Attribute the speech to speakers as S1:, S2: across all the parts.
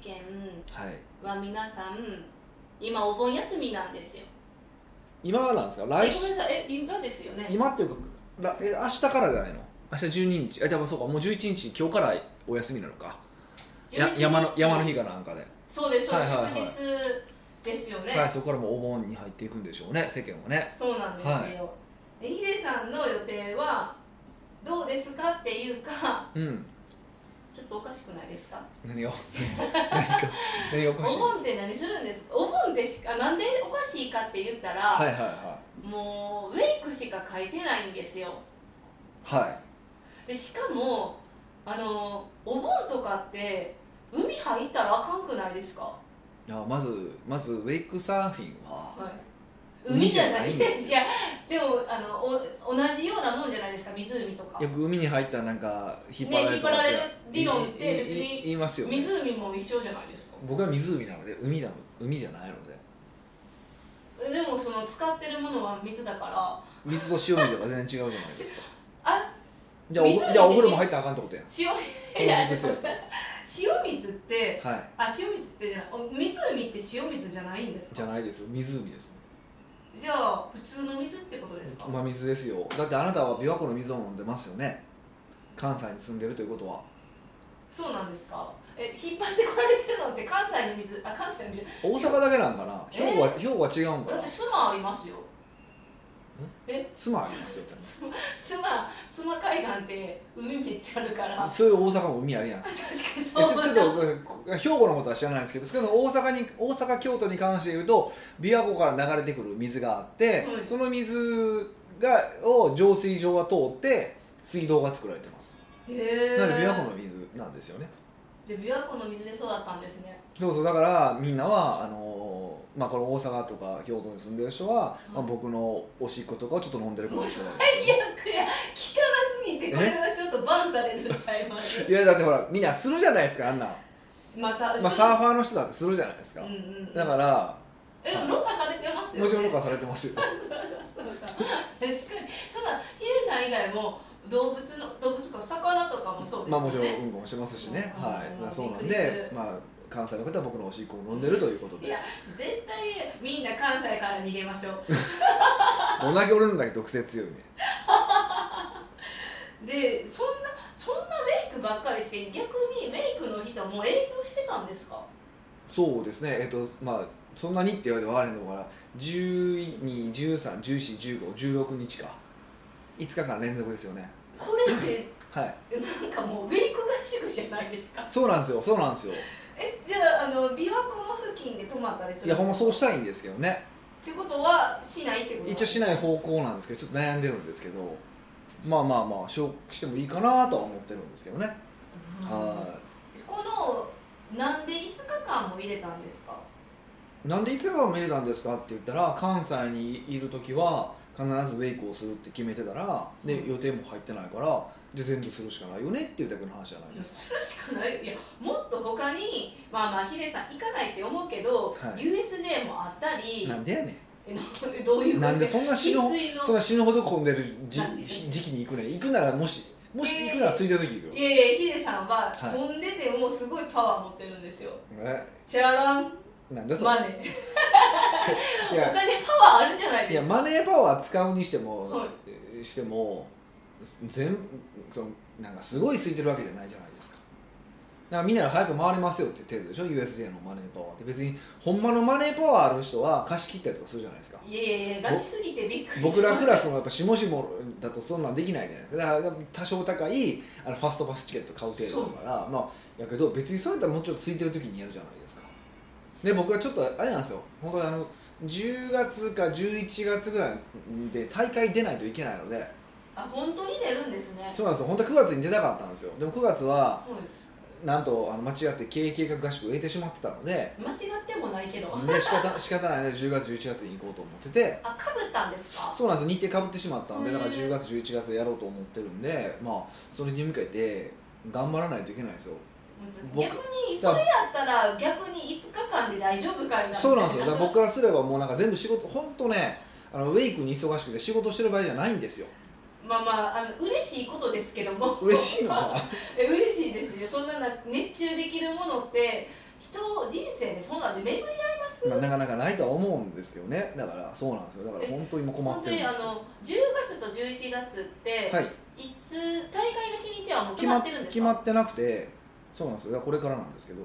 S1: 県
S2: はい
S1: は皆さん今お盆休みなんですよ
S2: 今なんですか
S1: え
S2: 来
S1: ご
S2: 週
S1: めんなさいえ今ですよね
S2: 今っていうからえ明日からじゃないの明日12日あでもそうかもう11日今日からお休みなのかや
S1: 11日
S2: 山の山の日かなんかで、
S1: そうですそうです、
S2: はいはいはい
S1: 祝日ですよね、
S2: はいそこからもうお盆に入っていくんでしょうね世間はね
S1: そうなんですよ、でヒデさんの予定はどうですかっていうか
S2: うん
S1: ちょっとおかしくないですか
S2: 何 が何が何がお
S1: お
S2: かしい
S1: 盆って何するんですかお盆でしかなんでおかしいかって言ったら、
S2: はいはいは
S1: もうウェイクしか書いてないんですよ
S2: いはい
S1: でしかもあのお盆とかって海入ったらあかんくないですか、
S2: いやまずまずウェイクサーフィンは、
S1: 海じゃない
S2: 海じゃないん
S1: で
S2: です
S1: す
S2: よ
S1: いやでもあのお同じようなもんじゃないですか湖とか
S2: よく海に入ったらなんか引っ張られると
S1: ね引っ張
S2: かって
S1: られる理論って別に
S2: いいい言いますよね
S1: 湖も一緒じゃないですか
S2: 僕は湖なので海なの海じゃないので
S1: でもその使ってるものは水だから
S2: 水と塩水とか全然違うじゃないですか
S1: あ
S2: じゃあお
S1: 湖で
S2: じゃあお風呂も入ったらあかんってことやん
S1: 塩
S2: そう
S1: いや
S2: いう
S1: で
S2: こと
S1: も
S2: やったら
S1: 塩水って
S2: はい
S1: あ塩水ってじゃないお湖って塩水じゃないんですか
S2: じゃないですよ湖です
S1: じゃあ普通の水ってことですか、
S2: まあ水ですよだってあなたは琵琶湖の水を飲んでますよね関西に住んでるということは
S1: そうなんですかえ引っ張ってこられてるのって関西の水あ関西の水
S2: 大阪だけなんかな
S1: え
S2: 兵庫は、兵庫は違うんか
S1: だっ
S2: な
S1: て須磨ありますよ
S2: 妻ありますよ多分
S1: 須磨須磨海岸って海めっちゃあるから
S2: そういう大阪も海あるやん
S1: 確かに
S2: えち
S1: そ
S2: ょ
S1: う
S2: ちょっと僕兵庫のことは知らないんですけど少なくとも大阪に大阪京都に関して言うと琵琶湖から流れてくる水があって、
S1: はい
S2: その水がを浄水場が通って水道が作られてます、
S1: へえ
S2: なので琵琶湖の水なんですよね
S1: じゃあ琵琶湖の水で育ったんですね
S2: そうそうだからみんなはあのーまあこの大阪とか京都に住んでる人は、
S1: うん
S2: まあ、僕のおしっことかをちょっと飲んでるかもしれない
S1: 最悪や汚すぎてこれはちょっとバンされるんちゃい ます
S2: いやだってほらみんなするじゃないですかあんな、
S1: また、
S2: まあ、サーファーの人だってするじゃないですか、
S1: うんうん、
S2: だから
S1: え、ろ過されてますよ、ね、
S2: もちろんろ過
S1: さ
S2: されてますよ
S1: そうか確かにそんなヒデさん以外も動物の動物とか魚とかもそうですよね、
S2: まあもちろんうんこもしてますしね、
S1: うん
S2: は
S1: う
S2: い、
S1: ん
S2: まあ、そうなん
S1: びっくりす
S2: で
S1: る、
S2: まあ、関西の方は僕のおしっこを飲んでるということ
S1: い
S2: で
S1: や絶対みんな関西から逃げましょう
S2: どんだけ俺のだけ毒性強いね
S1: でそんなそんなメイクばっかりして逆にメイクの人も営業してたんですか
S2: そうですねえっとまあそんなにって言われても分からへんのから1213141516日か5日間連続ですよね
S1: これ って
S2: はい
S1: なんかもうメイク合宿じゃないですか
S2: そうなんですよそうなんですよ
S1: えじゃああの琵琶湖の付近で泊まったりする
S2: いやほんまそうしたいんですけどね
S1: ってことはしないってこと
S2: 一応しない方向なんですけどちょっと悩んでるんですけどまあまあまあ消してもいいかなとは思ってるんですけどね、
S1: うん
S2: は
S1: このなんで5日間も入れたんですか
S2: いなんでいつが見れたんですかって言ったら関西にいる時は必ずウェイクをするって決めてたらで
S1: うん
S2: 予定も入ってないからで全部するしかないよねっていうだけの話じゃない
S1: い
S2: で
S1: や
S2: す
S1: それしかないいやもっと他にまあまあヒデさん行かないって思うけど、
S2: はい
S1: USJ もあったり
S2: なんでやね
S1: えなどういうん
S2: なんでそんな死ぬほ
S1: 生粋の
S2: そんな死ぬほど混んでるじ
S1: なんで
S2: 時期に行くねん行くならもしもし行くなら空いてる時行く
S1: い
S2: よ
S1: やいやヒデさんは
S2: はい
S1: 飛んでてもすごいパワー持ってるんですよ
S2: え
S1: チャラン
S2: なんでそれ
S1: マネ
S2: い
S1: お
S2: や
S1: 金パワーあるじゃない
S2: い
S1: で
S2: や
S1: すか
S2: マネーパワー使うにしても、
S1: は
S2: しても全そのなんかすごい空いてるわけじゃないじゃないですかだからみんなで早く回りますよって程度でしょ USJ のマネーパワーって別にほんまのマネーパワーある人は貸し切ったりとかするじゃないですか
S1: いやいやいやガチすぎてびっくり
S2: 僕らクラ
S1: ス
S2: スのやっぱ下々だとそんなんできないじゃないですかだから多少高いあのファストパスチケット買う程度だからまあやけど別にそうやったらもうちょっと空いてる時にやるじゃないですかで僕はちょっとあれなんですよ本当にあの10月か11月ぐらいで大会出ないといけないので
S1: あ本当に出るんですね
S2: そうなんですよ本当は9月に出たかったんですよでも9月は
S1: はい
S2: なんとあの間違って経営計画合宿を得てしまってたので
S1: 間違ってもないけど、
S2: で仕方仕方ないので10月11月に行こうと思ってて
S1: あかぶったんですか
S2: そうなんですよ日程かぶってしまったんでだから
S1: へえ
S2: 10月11月でやろうと思ってるんでまあそれに向けて頑張らないといけないんですよ僕
S1: 逆にそれやったら逆に5日間で大丈夫かいな
S2: そうなんですよだから僕
S1: は
S2: からすればもうなんか全部仕事本当ねあのウェイクに忙しくて仕事してる場合じゃないんですよ
S1: まあまああの嬉しいことですけども
S2: 嬉しいのかな
S1: え嬉しいですよそんなな熱中できるものって一の人生でそんなんで巡り合います、
S2: まあ、なかなかないとは思うんですけどねだからそうなんですよだから本当に今困
S1: 本
S2: っ
S1: 当
S2: てるん
S1: にあ
S2: ですよ
S1: の10月と11月って、
S2: はい
S1: い、つ大会の日にちはもう決まってるんですか
S2: 決まってなくてそうなんですよだからこれからなんですけど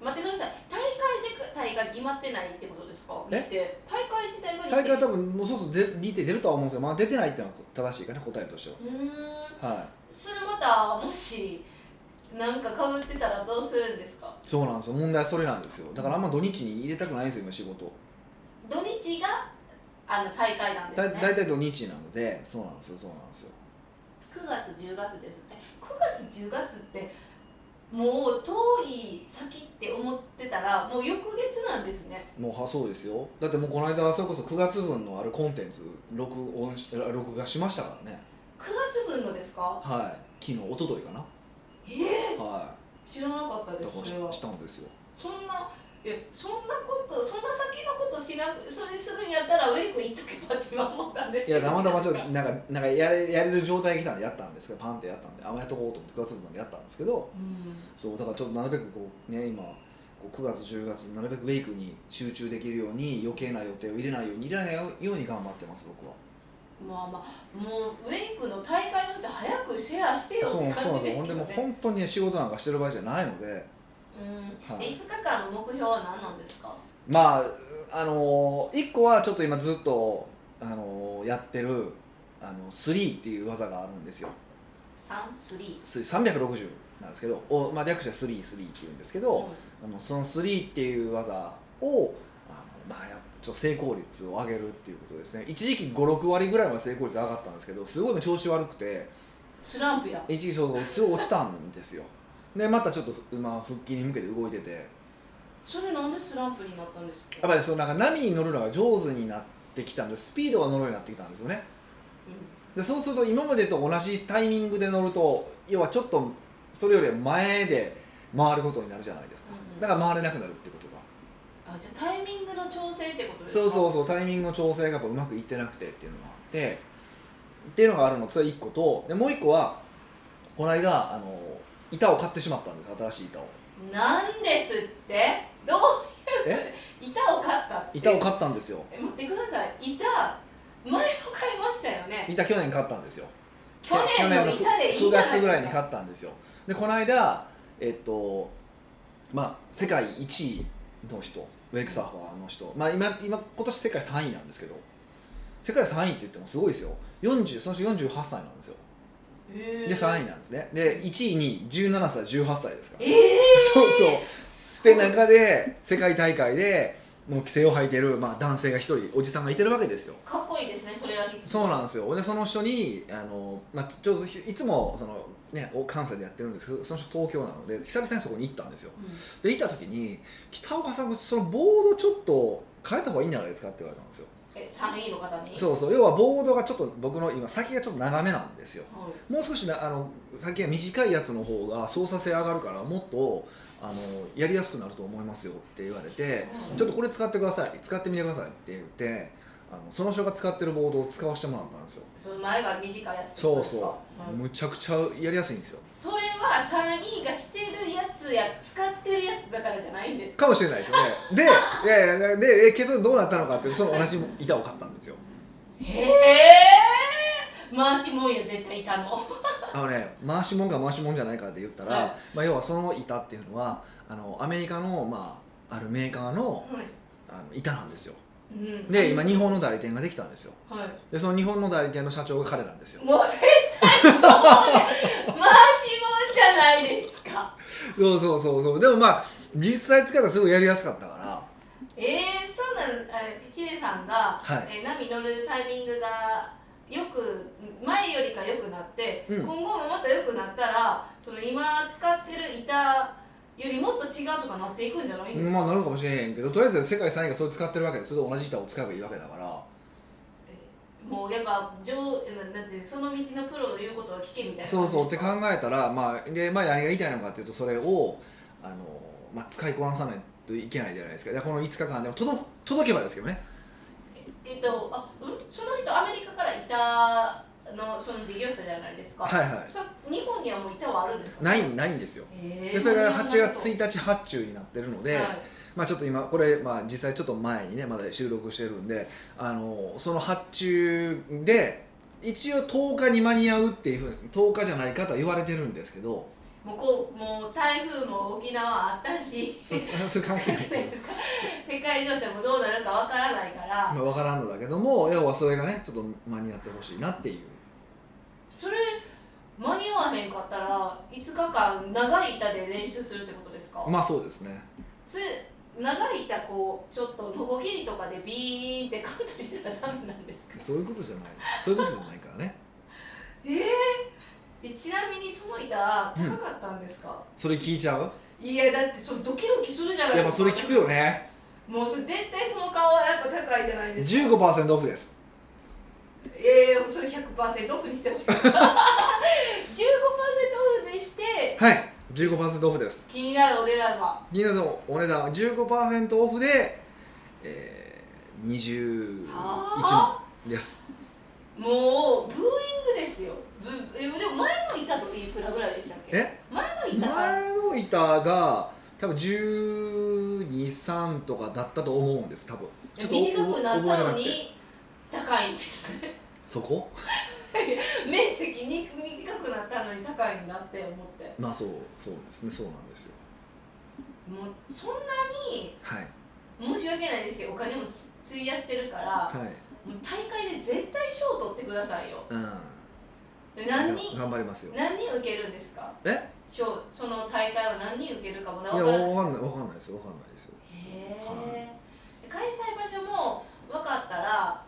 S1: 待ってください大会自体が決まってないってことですか
S2: え
S1: 日程大会自体が日程
S2: 大会は多分もうそろそろ出リーテ出るとは思うんですけど、まあ、出てないっていうのは正しいかな答えとして
S1: うーん
S2: ははい
S1: それまたもしなんかかぶってたらどうするんですか
S2: そうなんですよ問題はそれなんですよだからあんま土日に入れたくないんですよ今仕事
S1: 土日があの大会なんで
S2: だ
S1: す
S2: 大
S1: ね
S2: 体土日なのでそうなんですよそうなんですよ
S1: 9月10月ですね9月10月ってもう遠い先って思ってたらもう翌月なんですね
S2: もうはそうですよだってもうこの間はそれこそ9月分のあるコンテンツ録音し録画しましたからね
S1: 9月分のですか
S2: はい昨日一昨日かな
S1: ええ
S2: は
S1: 知らなかった
S2: い
S1: で
S2: だ
S1: す
S2: から
S1: それは
S2: ししたんですよ
S1: そんなえそんなことそんな先のことしなそれするんやったらウェイク行っとけばって今思ったんです
S2: い
S1: けど
S2: やたまたまちょっとなんかなんかやれやれる状態が来たんでやったんですけどパンってやったんであんまやっとこうと思って9月分までやったんですけど
S1: うん
S2: そうだからちょっとなるべくこうね今こう9月10月なるべくウェイクに集中できるように余計な予定を入れないように入れないように頑張ってます僕は
S1: まあまあもうウェイクの大会なんて早くシェアしてよっ
S2: そう
S1: て
S2: そうな
S1: 感
S2: んです
S1: じで
S2: よ
S1: す
S2: ほん
S1: け
S2: で
S1: ど
S2: もう
S1: ね
S2: 本当にね仕事なんかしてる場合じゃないので
S1: うん
S2: はい
S1: で5日間の目標は何なんですか
S2: まああの1個はちょっと今ずっとあのやってるあの3っていう技があるんですよ
S1: 33
S2: す360なんですけどを、まあ、略して33っていうんですけど、あのその3っていう技をあの、まあ、やっぱちょっと成功率を上げるっていうことですね一時期56割ぐらいまで成功率上がったんですけどすごい調子悪くて
S1: スランプや
S2: 一時期そうすごい落ちたんですよでまたちょっとふ、まあ、復帰に向けて動いててやっ
S1: それなんでスランプになったんですか
S2: ぱりそのなんか波に乗るのが上手になってきたんでスピードが乗るようになってきたんですよねでそうすると今までと同じタイミングで乗ると要はちょっとそれより前で回ることになるじゃないですか
S1: うんうん
S2: だから回れなくなるってことが
S1: あじゃあタイミングの調整ってことですか
S2: そうそう
S1: う
S2: そうタイミングの調整がやっぱうまくいってなくてっていうのがあってっていうのがあるのそれ1個とでもう1個はこの間あの板を買ってしまったんです新しい板を
S1: なんですってどういう
S2: え
S1: 板を買ったって
S2: 板を買ったんですよ
S1: え待ってください板前も買いましたよね
S2: 板去年買ったんですよ
S1: 去年の
S2: 去
S1: 板でいい
S2: 9
S1: じゃないですか
S2: 月ぐらいに買ったんですよでこの間えっとまあ世界1位の人ウェイクサーファーの人まあ今今今年世界3位なんですけど世界3位って言ってもすごいですよ40その人48歳なんですよ
S1: へー
S2: で3位なんですねで1位に17歳18歳ですから
S1: ええ
S2: そうそう
S1: ー、
S2: で中で世界大会でもう規制を履いてる、まあ、男性が1人おじさんがいてるわけですよ
S1: かっこいいですねそれだけ聞くと
S2: そうなんですよでその人にあの、まあ、ちょうどひいつもその、ね、お関西でやってるんですけどその人東京なので久々にそこに行ったんですよ
S1: うん
S2: で行った時に北岡さんそのボードちょっと変えた方がいいんじゃないですかって言われたんですよ
S1: え3位の方に
S2: そうそう要はボードがちょっと僕の今先がちょっと長めなんですよ
S1: はい
S2: もう少しなあの先が短いやつの方が操作性上がるからもっとあのやりやすくなると思いますよって言われて
S1: う
S2: 「
S1: ん
S2: ちょっとこれ使ってください使ってみてください」って言ってあのその人が使ってるボードを使わせてもらったんですよ
S1: その前が短いやつってこ
S2: そ
S1: と
S2: う
S1: ですか
S2: そう
S1: はい
S2: むちゃくちゃやりやすいんですよ
S1: それは3位がしてるやつや使ってるやつだからじゃないんですか
S2: かもしれないですよねでいやいやでえ結論どうなったのかっていうとその同じ板を買ったんですよ
S1: へえ回しもんや絶対いたの
S2: あのね回しもんか回しもんじゃないかで言ったら、
S1: はい
S2: まあ、要はその板っていうのはあのアメリカの、まあ、あるメーカーのあの板なんですよ
S1: うん
S2: で今日本の代理店ができたんですよ
S1: はい
S2: でその日本の代理店の社長が彼なんですよ
S1: もう絶対そうや回しもんじゃないですか
S2: そうそうそうそうでもまあ実際使ったらすごいやりやすかったから
S1: えー、そうなのえーヒデさんが、
S2: はい
S1: えー波乗るタイミングがよく前よりか良くなって、
S2: うん
S1: 今後もまた良くなったらその今使ってる板よりもっと違うとかなっていくんじゃないんですか、
S2: まあなるかもしれへんけどとりあえず世界3位がそれ使ってるわけでそれと同じ板を使えばいいわけだから
S1: えーもうやっぱ上ななんてその道のプロの言うことは聞けみたいな
S2: そうそうって考
S1: 感
S2: えたらまあでまあ何が言いたいのかっていうとそれをあの、まあ、使いこなさないといけないじゃないですかでこの5日間でも届く届けばですけどね
S1: じですかえっとあうんその人アメリカから板のその事業者じゃないですか、
S2: はいは
S1: そ日本にはもう行ったはあるんです
S2: い
S1: か
S2: ないないんですよ
S1: へー
S2: でそれが8月
S1: そう
S2: 1日発注になってるので、
S1: はい
S2: まあ、ちょっと今これ、まあ、実際ちょっと前にねまだ収録してるんであのその発注で一応10日に間に合うっていうふうに10日じゃないかとは言われてるんですけど
S1: もうこうもう台風も沖縄あったし
S2: そそれ関係ない
S1: 世界情勢もどうなるかわからないから、
S2: まあ分からんのだけども要はそれがねちょっと間に合ってほしいなっていう
S1: それ間に合わへんかったら5日間長い板で練習するってことですか、
S2: まあそうですね
S1: それ長い板こうちょっとのこぎりとかでビーンってカットしたらダメなんですか
S2: そういうことじゃないそういうことじゃないからね
S1: えー、ちなみにその板高かったんですか、
S2: それ聞いちゃう
S1: いやだってそのドキドキするじゃない
S2: やっぱそれ聞くよね
S1: もうそれ絶対その顔はやっぱ高いじゃないですか
S2: 15%オフです
S1: ええそれ100%オフにしてほしい15%オフにして
S2: はい15%オフです
S1: 気になるお値段は
S2: 銀座のお値段は15%オフで、えー、21万
S1: あ
S2: です
S1: ーもうブーイングですよブえでも前の板といくらぐらいでしたっけ
S2: え
S1: 前の板さん
S2: 前の板が多分123とかだったと思うんです多分
S1: 短くなっ
S2: 覚え
S1: たの
S2: くて
S1: に高いんですね
S2: そこ
S1: 面積に短くなったのに高いなって思って
S2: まあそうそうですねそうなんですよ
S1: もうそんなに
S2: はい
S1: 申し訳ないですけどお金もつ費やしてるから、
S2: はい
S1: もう大会で絶対賞取ってくださいよ
S2: うん
S1: で何人
S2: 頑張りますよ
S1: 何人受けるんですか
S2: え
S1: 賞その大会は何人受けるかもない
S2: や
S1: 分からないへ
S2: わかんないわかんないですよわかんないですよ
S1: え開催場所も分かったら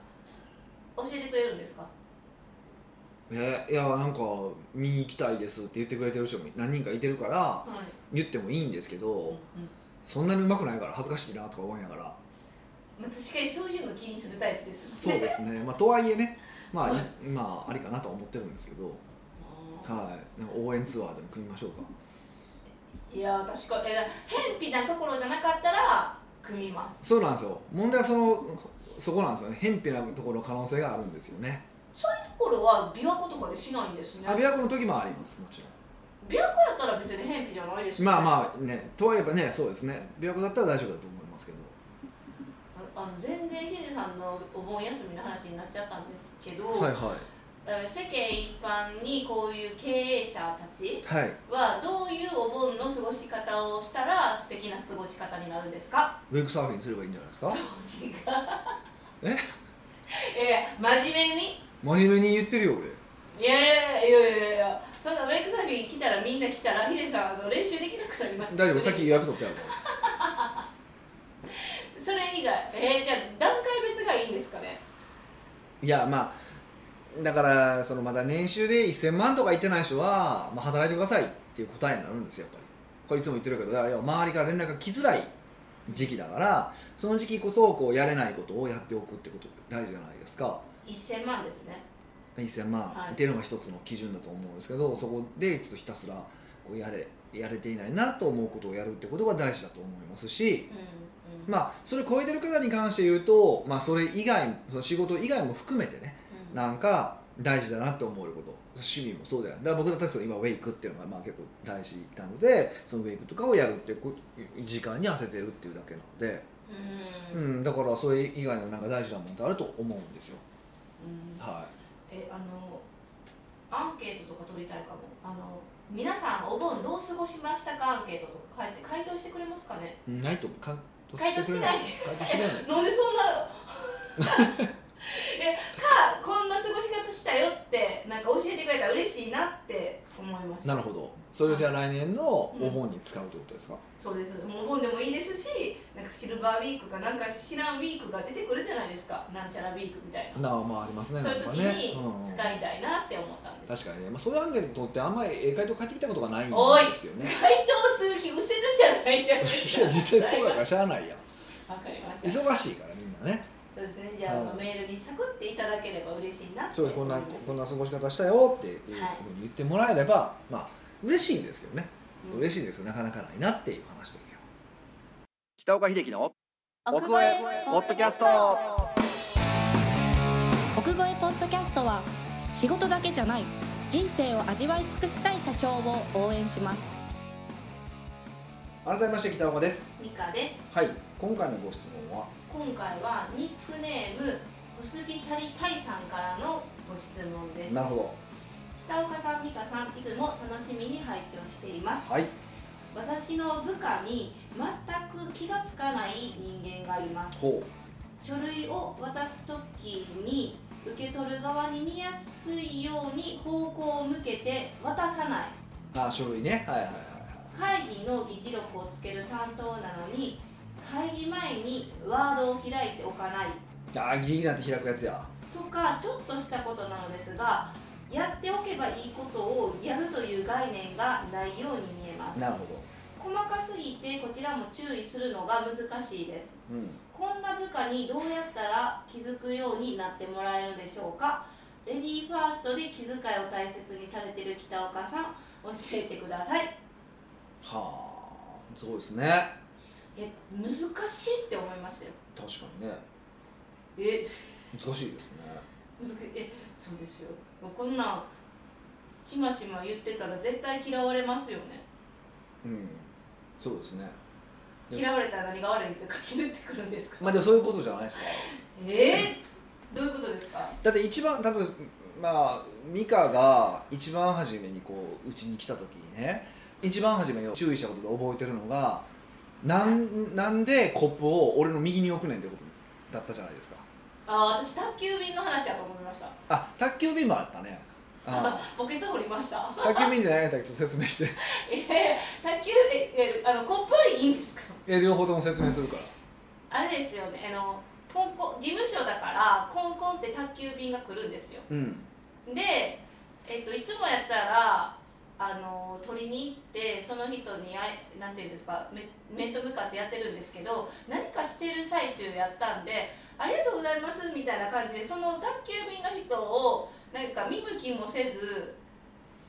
S1: 教えてくれるんですか
S2: えいやなんか見に行きたいですって言ってくれてる人も何人かいてるから
S1: はい、
S2: 言ってもいいんですけど、
S1: うんうん
S2: そんなにうまくないから恥ずかしいなとか思いながら
S1: まあ、確かにそういうの気にするタイプですもんね
S2: そうですね、まあ、とはいえね、まあ
S1: はい
S2: いまあ、ありかなとは思ってるんですけど、
S1: あ
S2: はい、なんか応援ツアーでも組みましょうか
S1: ーいや確かにえ偏僻なところじゃなかったら組みます
S2: そうなんですよ問題はそのそこなんですよね偏僻なところの可能性があるんですよね
S1: ところは琵琶湖とかでしないんですね
S2: アビア湖の時もありますもち
S1: 琵琶湖やったら別に偏僻じゃないでし
S2: ろ
S1: ょ
S2: んまあまあねとはいえばねそうですね琵琶湖だったら大丈夫だと思いますけど
S1: ああの全然ヒデさんのお盆休みの話になっちゃったんですけど、
S2: はいは
S1: えー世間一般にこういう経営者たち
S2: いはい
S1: はどういうお盆の過ごし方をしたら素敵な過ごし方になるんですか
S2: ウェイクサーフィンすればいいんじゃないですか
S1: 違う
S2: え
S1: えー真面目に
S2: 真面目に言ってるよ俺
S1: いやいやいやいやいやいやそんなウェイクサーフィン来たらみんな来たらヒデさんあの練習できなくなります
S2: 大丈夫さっき予約取ってあるか
S1: それ以外えー、じゃあ段階別がいいんですかね
S2: らいやまあだからそのまだ年収で1000万とか言ってない人は、まあ、働いてくださいっていう答えになるんですよやっぱりこれいつも言ってるけどいや周りから連絡が来づらい時期だからその時期こそこうやれないことをやっておくってこと大事じゃないですか
S1: 1000万ですね
S2: 1000万、
S1: はい
S2: っていうのが一つの基準だと思うんですけどそこでちょっとひたすらこうやれやれていないなと思うことをやるってことが大事だと思いますし
S1: うんうん、
S2: まあ、それを超えてる方に関して言うと、まあ、それ以外その仕事以外も含めてね
S1: うん
S2: なんか大事だなって思えること趣味もそうだよねだから僕だったらその今ウェイクっていうのがまあ結構大事なのでそのウェイクとかをやるってこ時間に当ててるっていうだけなので、
S1: うん
S2: うん、だからそれ以外のなんか大事なものってあると思うんですよ。
S1: うん
S2: は
S1: えあのアンケートとか取りたいかもあの皆さんお盆どう過ごしましたかアンケートとか書いて回答してくれますかね
S2: い、ないとか
S1: 回答しない
S2: 回答してくれない
S1: なんでそんな えかこんな過ごし方したよってなんか教えてくれたら嬉しいなって思いました
S2: なるほどそれをじゃあ来年のお盆に使うってことですか、
S1: そうですもうお盆でもいいですしなんかシルバーウィークかなんか知らんウィークが出てくるじゃないですかなんちゃらウィークみたいな
S2: なあまあありますね
S1: そういう
S2: なん
S1: 時
S2: かね
S1: に
S2: うんう
S1: 使
S2: ん
S1: いたいなって思ったんです、
S2: 確かにね、まあ、そういうアンケート取ってあんまりえ回答返ってきたことがないん
S1: おい
S2: ですよね
S1: 回答する気失せるじゃないじゃないで
S2: いや
S1: すか
S2: 実際そうだからしゃあないやん
S1: わかりました
S2: 忙しいからみんなね
S1: そうですね、じゃあ、
S2: はい
S1: メールにサクっていただければ嬉しいなって
S2: そうですこ
S1: 思い
S2: んな
S1: ます。
S2: こんな過ごし方したよっていうふうに言ってもらえれば、まあ嬉しいんですけどね、
S1: うん
S2: 嬉しいんですよなかなかないなっていう話ですよ北岡秀樹の奥越えポッドキャスト
S3: 奥越えポッドキャストは仕事だけじゃない人生を味わい尽くしたい社長を応援します
S2: 改めまして北岡です
S1: ミカです
S2: はい今回のご質問は
S1: 今回はニックネームホスピタリタイさんからのご質問です
S2: なるほど
S1: 北岡さん美香さんいつも楽しみに拝聴しています
S2: はい
S1: 私の部下に全く気がつかない人間がいます
S2: ほ
S1: 書類を渡す時に受け取る側に見やすいように方向を向けて渡さないう
S2: あ書類ねはいはいはい
S1: 会議の議事録をつける担当なのに会議前にワードを開いておかない
S2: はいあーギリギリなんて開くやつや
S1: とかちょっとしたことなのですがやっておけばいいことをやるという概念がないように見えます
S2: なるほ
S1: 細かすぎてこちらも注意するのが難しいです
S2: どうん
S1: こんな部下にどうやったら気づくようになってもらえるでしょうかレディーファーストで気遣いを大切にされてる北岡さん教えてください
S2: はあそうですね
S1: え難しいって思いましたよ
S2: 確かにね
S1: え
S2: 難しいですね
S1: 難しいえそうですよもうこんなんちまちま言ってたら絶対嫌われますよね
S2: うんそうですね
S1: 嫌われたら何が悪いって書き出てくるんですか、
S2: まあでもそういうことじゃないですか
S1: えー、どういうことですか
S2: だって一番多分まあ美香が一番初めにこううちに来た時にね一番初めに注意したことで覚えてるのがなんなんでコップを俺の右に置くねんってことだったじゃないですか
S1: あー私宅急便の話やと思いました
S2: あ卓球便もあったねあ
S1: あ墓穴掘りました
S2: 卓球便じゃないんだけど説明して
S1: えー、卓球ええあのコップいいんですか
S2: え 両方とも説明するから
S1: あれですよねあのポンコ事務所だからコンコンって宅急便が来るんですよ
S2: うん
S1: で、えっといつもやったらあの取りに行ってその人にあいなんていうんですかめ面と向かってやってるんですけど何かしてる最中やったんで「ありがとうございます」みたいな感じでその宅急便の人をなんか見向きもせず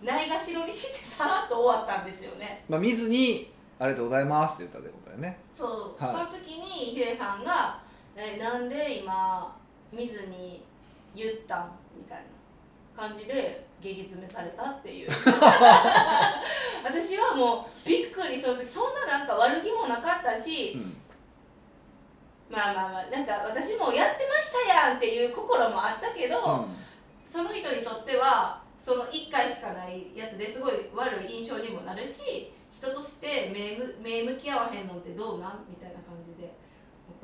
S1: ないがしろにしてさらっと終わったんですよね。
S2: まあ見ずに「ありがとうございます」って言ったってことだよね
S1: そう、
S2: はい
S1: その時にヒデさんが「えなんで今見ずに言ったん?」みたいな感じで激詰めされたって いう私はもうびっくりその時そんななんか悪気もなかったし
S2: うん
S1: まあまあまあなんか私もやってましたやんっていう心もあったけど、
S2: うん
S1: その人にとってはその1回しかないやつですごい悪い印象にもなるし人として目む目向き合わへんのってどうなんみたいな感じで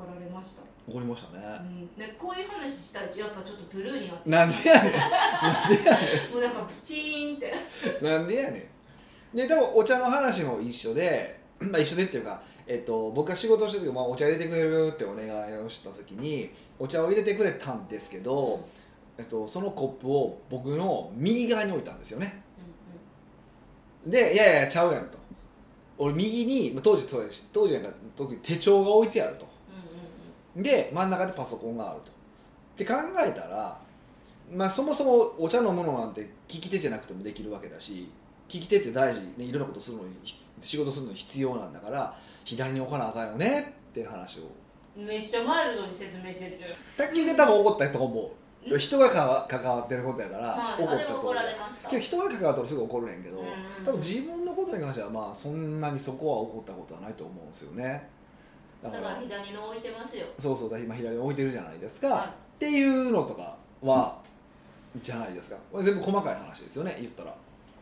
S1: 怒られました、
S2: 怒りましたね
S1: うん、でこういう話したらやっぱちょっとブルーに なって
S2: なんでやねん
S1: もうなんかプチーンって
S2: なんでやねんで多分お茶の話も一緒で、 まあ、一緒でっていうか、えっと、僕が仕事をしてる時、まあ、お茶入れてくれるってお願いをした時にお茶を入れてくれたんですけど、えっと、そのコップを僕の右側に置いたんですよねで「いやいやいやちゃうやん」と俺右にまあ当時そうやし当時なんか特に手帳が置いてあるとで真ん中でパソコンがあるとって考えたら、まあ、そもそもお茶飲むのなんて聞き手じゃなくてもできるわけだし聞き手って大事、ね、いろんなことするのにひ仕事するのに必要なんだから左に置かなあかんよねって話を
S1: うんうんうんめっちゃマイルドに説明してるじゃん
S2: 卓球で多分怒ったと思
S1: う
S2: うん人がかわ関わってることやから、
S1: はい
S2: 怒
S1: あ
S2: った
S1: れ
S2: と
S1: も
S2: 思
S1: 怒
S2: う
S1: られました
S2: けど人が関わったらすぐ怒るねんけど、
S1: うんうんうん
S2: 多分自分のことに関してはまあそんなにそこは怒ったことはないと思うんですよねだ
S1: だから左の置いてますよ
S2: そうそうだ今左に置いてるじゃないですか、
S1: はい
S2: っていうのとかは、じゃないですかこれ全部細かい話ですよね言ったら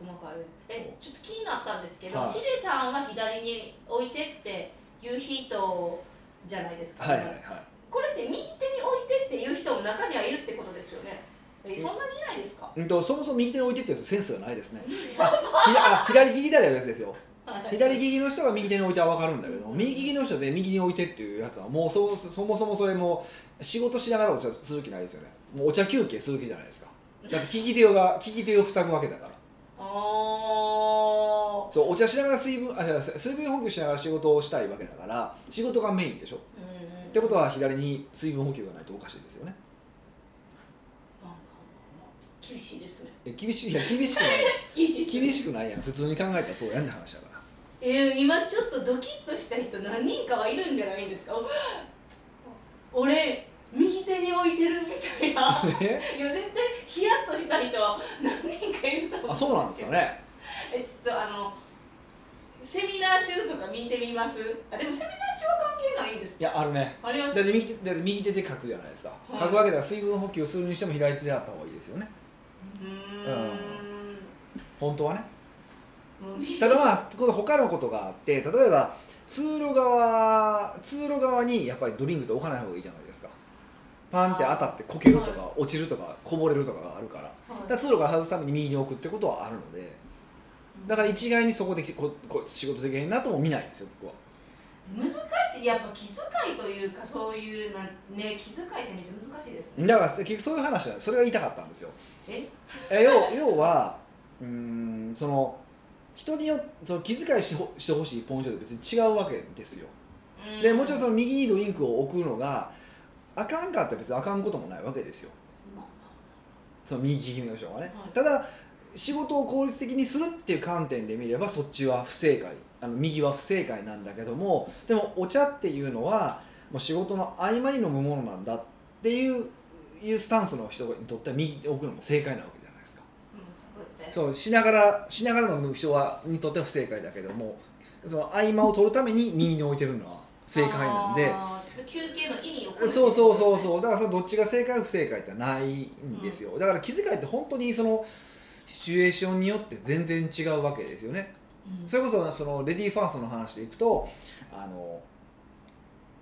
S1: 細かいえちょっと気になったんですけど、
S2: は
S1: ヒ
S2: い
S1: デさんは左に置いてっていう人じゃないですか、
S2: はいはいは
S1: これって右手に置いてっていう人も中にはいるってことですよねえそんなにいないですか、
S2: い、うん、とそもそも右手に置いてってやつセンスがないです ねあひあ左利きだよやつですよ
S1: はい
S2: 左利きの人が右手に置いては分かるんだけど右利きの人で右に置いてっていうやつはもうそそもそもそれもう仕事しながらお茶する気ないですよねもうお茶休憩する気じゃないですかだって利き手が利き手を塞ぐわけだから
S1: あー
S2: そうお茶しながら水分あ違う水分補給しながら仕事をしたいわけだから仕事がメインでしょ
S1: うんうん
S2: ってことは左に水分補給がないとおかしいですよね
S1: まあまあまあまあ厳しいですね
S2: え厳しいいや厳しくない
S1: 厳しいですね
S2: 厳しくないやん普通に考えたらそうやんって話だから
S1: えー今ちょっとドキッとした人何人かはいるんじゃないんですかお俺右手手に置いてるみたいな
S2: ね
S1: いや絶対ヒヤッとした人は何人かいると思う
S2: あそうなんですよね
S1: えちょっとあのセミナー中とか見てみますあでもセミナー中は関係ないんです
S2: いやあるね
S1: ありま
S2: だっ
S1: す
S2: て右手だって右手で書くじゃないですか、
S1: い
S2: 書くわけだから水分補給するにしても左手であった方がいいですよね
S1: うー
S2: 本当はね
S1: んもうみ
S2: ただまあこの他のことがあって例えば通路側通路側にやっぱりドリンクって置かない方がいいじゃないですかパンって当たってこけるとか落ちるとかこぼれるとかがあるからだから通路から外すために右に置くってことはあるのでだから一概にそこでここ仕事できへんなとも見ないんですよ僕は
S1: 難しいやっぱ気遣いというかそういうなね気遣いってめっちゃ難しいですね
S2: だから結局そういう話だそれが言いたかったんですよ
S1: え
S2: え要要はうーんその人によってその気遣いしほしてほしいポイントで別に違うわけですよ
S1: う
S2: でもちろんその右にドリンクを置くのがあかんかったら別にあかんこともないわけですよ
S1: ま
S2: その右利きの人はね、
S1: はい
S2: ただ仕事を効率的にするっていう観点で見ればそっちは不正解あの右は不正解なんだけどもでもお茶っていうのはもう仕事の合間に飲むものなんだっていういうスタンスの人にとっては右に置くのも正解なわけじゃないですか
S1: でもそこって
S2: そうしながらしながら飲む人はにとっては不正解だけどもその合間を取るために右に置いてるのは正解なんで
S1: あー休憩の意味を
S2: そうそうそう
S1: う
S2: そうだからさどっちが正解不正解ってないんですよ、だから気遣いって本当にそのシチュエーションによって全然違うわけですよね
S1: ん
S2: それこそそのレディーファーストの話でいくとあの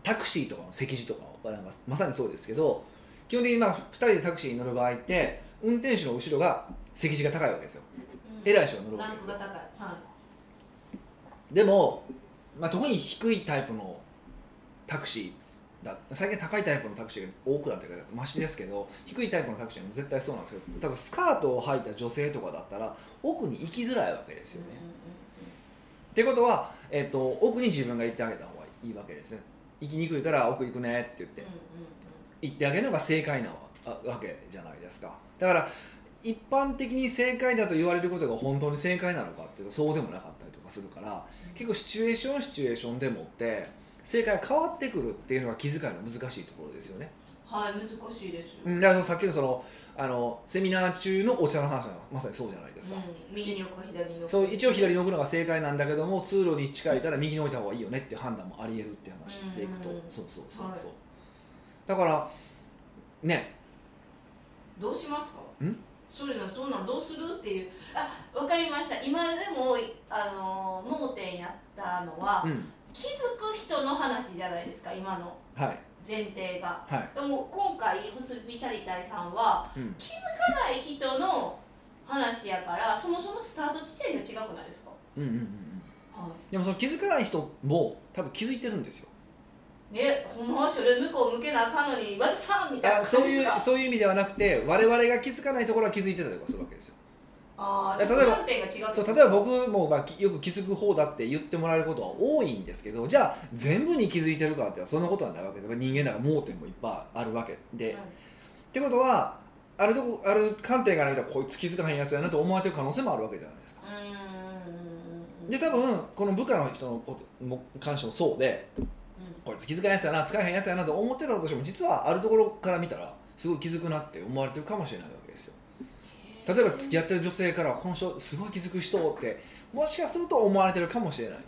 S2: タクシーとかの席次とかはなんかまさにそうですけど基本的にまあ2人でタクシーに乗る場合って運転手の後ろが席次が高いわけですよ
S1: うん
S2: 偉い人が乗るわ
S1: ラン
S2: け
S1: ク
S2: ですよ
S1: が高いは
S2: でも、まあ、特に低いタイプのタクシーだ最近高いタイプのタクシーが多くなってるからマシですけど低いタイプのタクシーは絶対そうなんですけど多分スカートを履いた女性とかだったら奥に行きづらいわけです
S1: い
S2: よね。
S1: うんうんうん
S2: ってことは、えっと奥に自分が行ってあげた方がいいわけですね。行きにくいから奥行くねって言って
S1: うんうん
S2: 行ってあげるのが正解なわあわけじゃないですか。だから一般的に正解だと言われることが本当に正解なのかっていうとそうでもなかったりとかするから
S1: うん
S2: 結構シチュエーションシチュエーションでもって正解が変わってくるっていうのが気遣いの難しいところですよね。
S1: はい難しいですよ
S2: うんだからそのさっきのそのあのセミナー中のお茶の話はまさにそうじゃないですか。
S1: うん右に置くか左に置くか
S2: そう一応左に置くのが正解なんだけども通路に近いから右に置いた方がいいよねっていう判断もありえるって話でいくと、
S1: うん
S2: そうそうそうそう、
S1: はい
S2: だからね
S1: どうしますか
S2: ん
S1: そういうのそんなんどうするっていうあわかりました今でもあのー盲点やったのは、
S2: うん
S1: 気づく人の話じゃないですか今の
S2: はい
S1: 前提が
S2: はい、
S1: でも今回ホスピタリタイさんは
S2: うん、
S1: 気づかない人の話やからそもそもスタート地点が違くないですか
S2: うんうんうんうん
S1: は
S2: でもその気づかない人も多分気づいてるんですよ
S1: いねほんまはそれ向こう向けなあかんのに「わたさん!」みたいな
S2: あそうい
S1: 感
S2: う
S1: じですか
S2: そういう意味ではなくて我々が気づかないところは気づいてたりとかするわけですよ
S1: ああ
S2: いや例えば
S1: 観点が違う
S2: そう例えば僕もまあきよく気づく方だって言ってもらえることは多いんですけどじゃあ全部に気づいてるかってそんなことはないわけで人間だから盲点もいっぱいあるわけで、
S1: はい
S2: ってことはあるとこある観点から見たらこいつ気づかへんやつやなと思われてる可能性もあるわけじゃないですか
S1: うーん
S2: で多分この部下の人のことも関してもそうで
S1: うん
S2: こいつ気づかへんやつやな使えへんやつやなと思ってたとしても実はあるところから見たらすごい気づくなって思われてるかもしれないわけですよ例えば付き合ってる女性からこの人すごい気づく人ってもしかすると思われてるかもしれない
S1: うん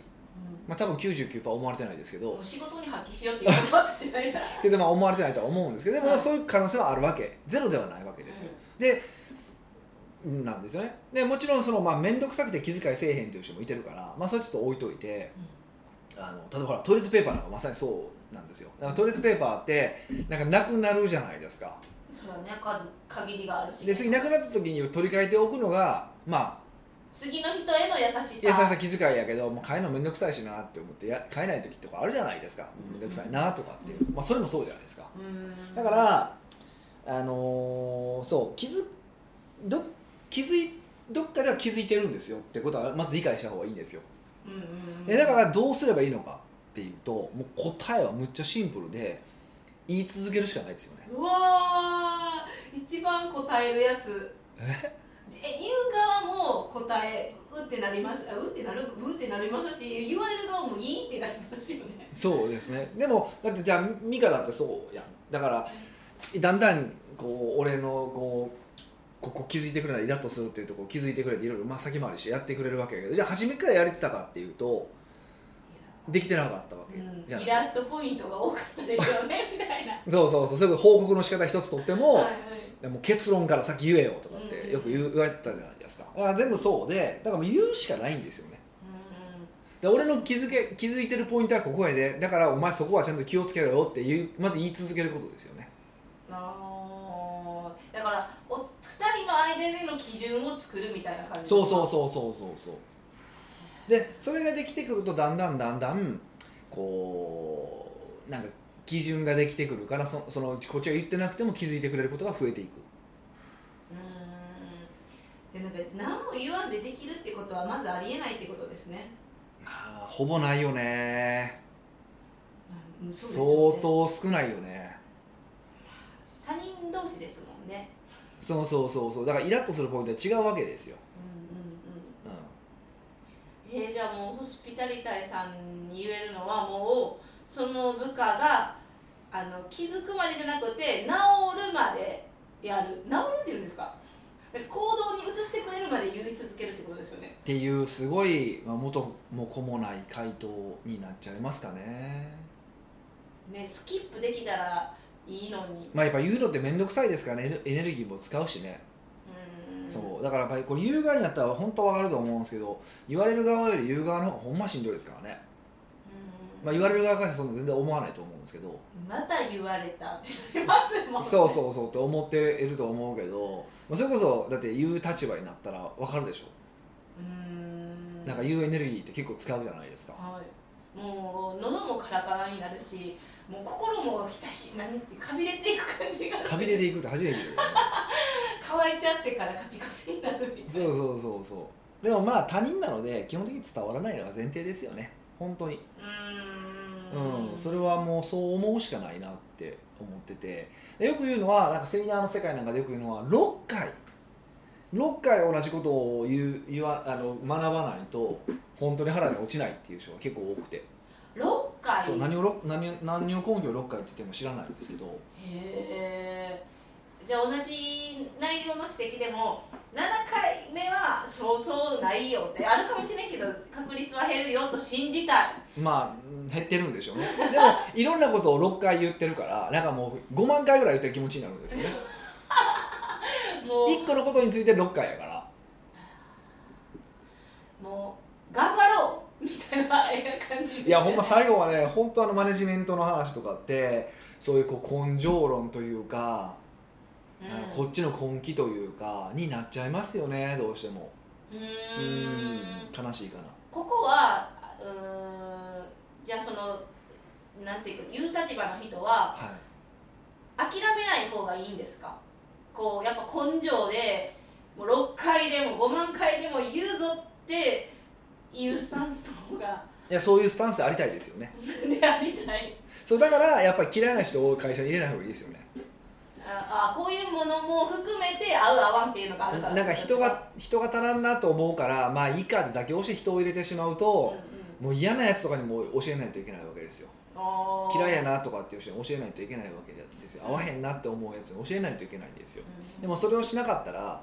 S2: まあ多分99%思われてないですけど
S1: もう仕事に発揮しようっていうことは私ないから。
S2: けどまあ思われてないとは思うんですけどでもま
S1: はい
S2: あそういう可能性はあるわけゼロではないわけですよなんですよねでもちろんその、まあ、面倒くさくて気遣いせえへんっていう人もいてるから、まあ、それちょっと置いといてあの例えばほらトイレットペーパーなんかまさにそうなんですよだからトイレットペーパーってなんかなくなるじゃないですか
S1: それはね数限りがあるし
S2: で次なくなった時に取り替えておくのがまあ
S1: 次の人への優しさ
S2: 優しさ気遣いやけどもう買えるの面倒くさいしなって思ってや買えない時とかあるじゃないですか面倒くさいなとかっていう、まあ、それもそうじゃないですか
S1: うーん
S2: だから、あのーそう気づど気づいどっかでは気づいてるんですよってことはまず理解した方がいいんですよ、
S1: うんうんうん
S2: えだからどうすればいいのかっていうともう答えはむっちゃシンプルで言い続けるしかないですよね
S1: うわー一番答えるやつえ言う側も答えうってなりますあうってなるうってなりますし言われる側もいいってなりますよね
S2: そうですねでもだってじゃあミカだってそうやんだからだんだんこう俺のこうここ気づいてくれないイラッとするっていうところ気づいてくれていろいろまあ先回りしてやってくれるわけやけどじゃあ初めからやれてたかっていうとできてなかったわけ、じゃ
S1: うん、
S2: ない
S1: イラストポイントが多かったですよねみたいな。
S2: そうそうそうそれこそ報告の仕方一つとっても、
S1: はいはい
S2: でも結論から先言えよとかってよく言う言われてたじゃないですかだから全部そうでだからもう言うしかないんですよね
S1: う
S2: で俺の気づけ気づいてるポイントはここやでだからお前そこはちゃんと気をつけろよっていうまず言い続けることですよね
S1: んあーだからお二人の間での基準を作るみたいな感じ
S2: そうそ
S1: う
S2: うそうそうそうそうでそれができてくるとだんだんだんだんこうなんか基準ができてくるからそそのこっちが言ってなくても気づいてくれることが増えていく
S1: うーんでなんか何も言わんでできるってことはまずありえないってことですね、
S2: まあほぼないよね
S1: うんそうですよね
S2: 相当少ないよね
S1: 他人同士ですもんね
S2: そうそうそうそうだからイラッとするポイントは違うわけですよ、
S1: うん
S2: うん、
S1: うんうんえーじゃあもうホスピタリタイさんに言えるのはもうその部下があの気づくまでじゃなくて治るまでやる治るっていうんですかだから行動に移してくれるまで言い続けるってことですよね
S2: っていうすごい、まあ、元も子もない回答になっちゃいますかね
S1: ねスキップできたらいいのに
S2: まあやっぱユーロって面倒くさいですからねエネエネルギーも使うしね、
S1: うん
S2: そうだからやっぱりこれ言う側になったら本当わかると思うんですけど言われる側より言う側の方がほんましんどいですからね、
S1: うん
S2: まあ、言われる側からしたらそんな全然思わないと思うんですけど
S1: また言われたってしますもん
S2: そうそうそうって思っていると思うけど、まあ、それこそだって言う立場になったらわかるでしょ、
S1: ううん
S2: なんか言うエネルギーって結構使うじゃないですか、
S1: はい、もう喉もカラカラになるしもう心もひたひ何ってかびれていく感じが
S2: かびれていくって初めて言うよね
S1: 乾いちゃってからカピカピになるみたい
S2: そ
S1: な
S2: うそうそうそうでもまあ他人なので基本的に伝わらないのが前提ですよね本当に、
S1: う
S2: うん
S1: ーん
S2: それはもうそう思うしかないなって思っててでよく言うのはなんかセミナーの世界なんかでよく言うのは6回6回同じことを言う言わあの学ばないと本当に腹に落ちないっていう人が結構多くて、
S1: 6回
S2: そう何をろ何を何を根拠6回って言っても知らないんですけど
S1: へーじゃあ同じ内容の指摘でも7回目はそうそうないよってあるかもしれんけど確率は減るよと信じたい
S2: まあうん減ってるんでしょうねでもいろんなことを6回言ってるからなんかもう5万回ぐらい言ってる気持ちになるんですよね
S1: も
S2: 一個のことについて6回やから
S1: うもう頑張ろうみたいな感じで
S2: いやほんま最後はね本当あのマネジメントの話とかってそういうこう根性論というか、
S1: うん
S2: あのこっちの根気というかになっちゃいますよねどうしても
S1: う
S2: う
S1: ーん
S2: ーん悲しいかな
S1: ここはうーんじゃあそのなんていうか言う立場の人は
S2: は
S1: 諦
S2: い
S1: めない方がいいんですかこうやっぱ根性でもう6回でも5万回でも言うぞっていうスタンスの方が
S2: いやそういうスタンスでありたいですよね
S1: でありたい
S2: そうだからやっぱり嫌いな人を会社に入れない方がいいですよね
S1: ああこういうものも含めて合う合わんっていうのがあるから
S2: なんか人が人が足らんなと思うからまあいいかって妥協して人を入れてしまう
S1: うんう
S2: と
S1: ん、
S2: もう嫌なやつとかにも教えないといけないわけですよ
S1: あー
S2: 嫌いやなとかっていう人に教えないといけないわけですよ合わへんなって思うやつに教えないといけないんですよ
S1: うん
S2: でもそれをしなかったら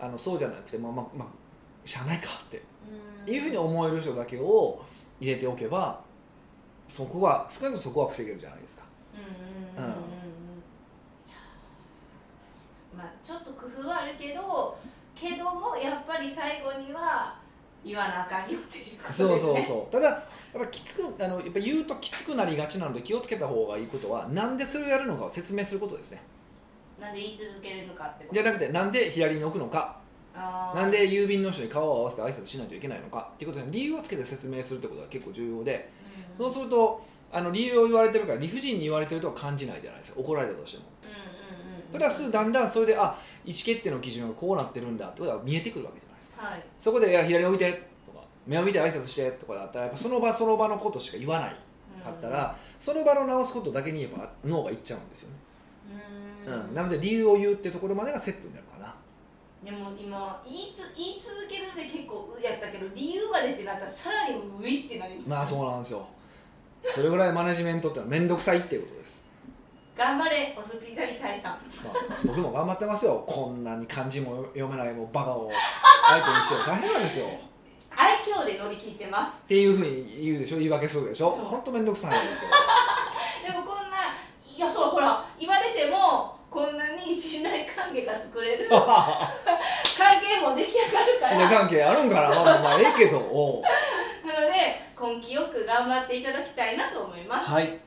S2: あのそうじゃなくてまあまあまあしゃあないかって
S1: うん
S2: いうふうに思える人だけを入れておけばそこは少なくともそこは防げるじゃないですか
S1: うんうんうんうんうんまあちょっと工夫はあるけどけどもやっぱり最後には言わなあかんよっていうことですね
S2: そうそうそうただやっぱきつくあのやっぱ言うときつくなりがちなので気をつけた方がいいことはなんでそれをやるのかを説明することですね
S1: なんで言い続けるのかってこと
S2: じゃなくてなんで左に置くのか
S1: あー
S2: なんで郵便の人に顔を合わせて挨拶しないといけないのかっていうことに理由をつけて説明するってことが結構重要で
S1: うん
S2: そうするとあの理由を言われてるから理不尽に言われてるとは感じないじゃないですか怒られたとしても
S1: うんうんうんうん
S2: プラスだんだんそれであ意思決定の基準がこうなってるんだってことが見えてくるわけじゃないですか
S1: はい
S2: そこで「いや左に置いて」とか「目を見て挨拶して」とかだったらやっぱその場その場のことしか言わないかったら、その場の直すことだけにやっぱ脳がいっちゃうんですよね、
S1: うん
S2: うんなので理由を言うってところまでがセットになるかな
S1: でも今言いつ言い続けるんで結構うやったけど理由までってなったらさらにウィってなります
S2: まあそうなんですよそれぐらいマネジメントってのは面倒くさいっていうことです
S1: 頑張れホスピタリ隊さん
S2: まあ、僕も頑張ってますよこんなに漢字も読めないもうバカを相手にして大変なんですよっ
S1: 愛嬌で乗り切ってます
S2: ていうふうに言うでしょ言い訳するでしょ
S1: そう
S2: 本当面倒くさいんですよ
S1: でもこんないやそうほら言われてもこんなに信頼関係が作 れる関係も出来
S2: 信
S1: 上がるから
S2: 頼関係あるんかなまあまあええけどおう
S1: なので根気よく頑張っていただきたいなと思います
S2: はい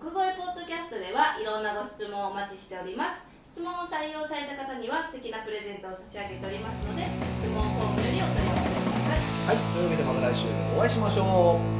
S1: 国語へポッドキャストではいろんなご質問をお待ちしております質問を採用された方には素敵なプレゼントを差し上げておりますので質問フォームよりお問い合わせください
S2: はいというわけでまた来週お会いしましょう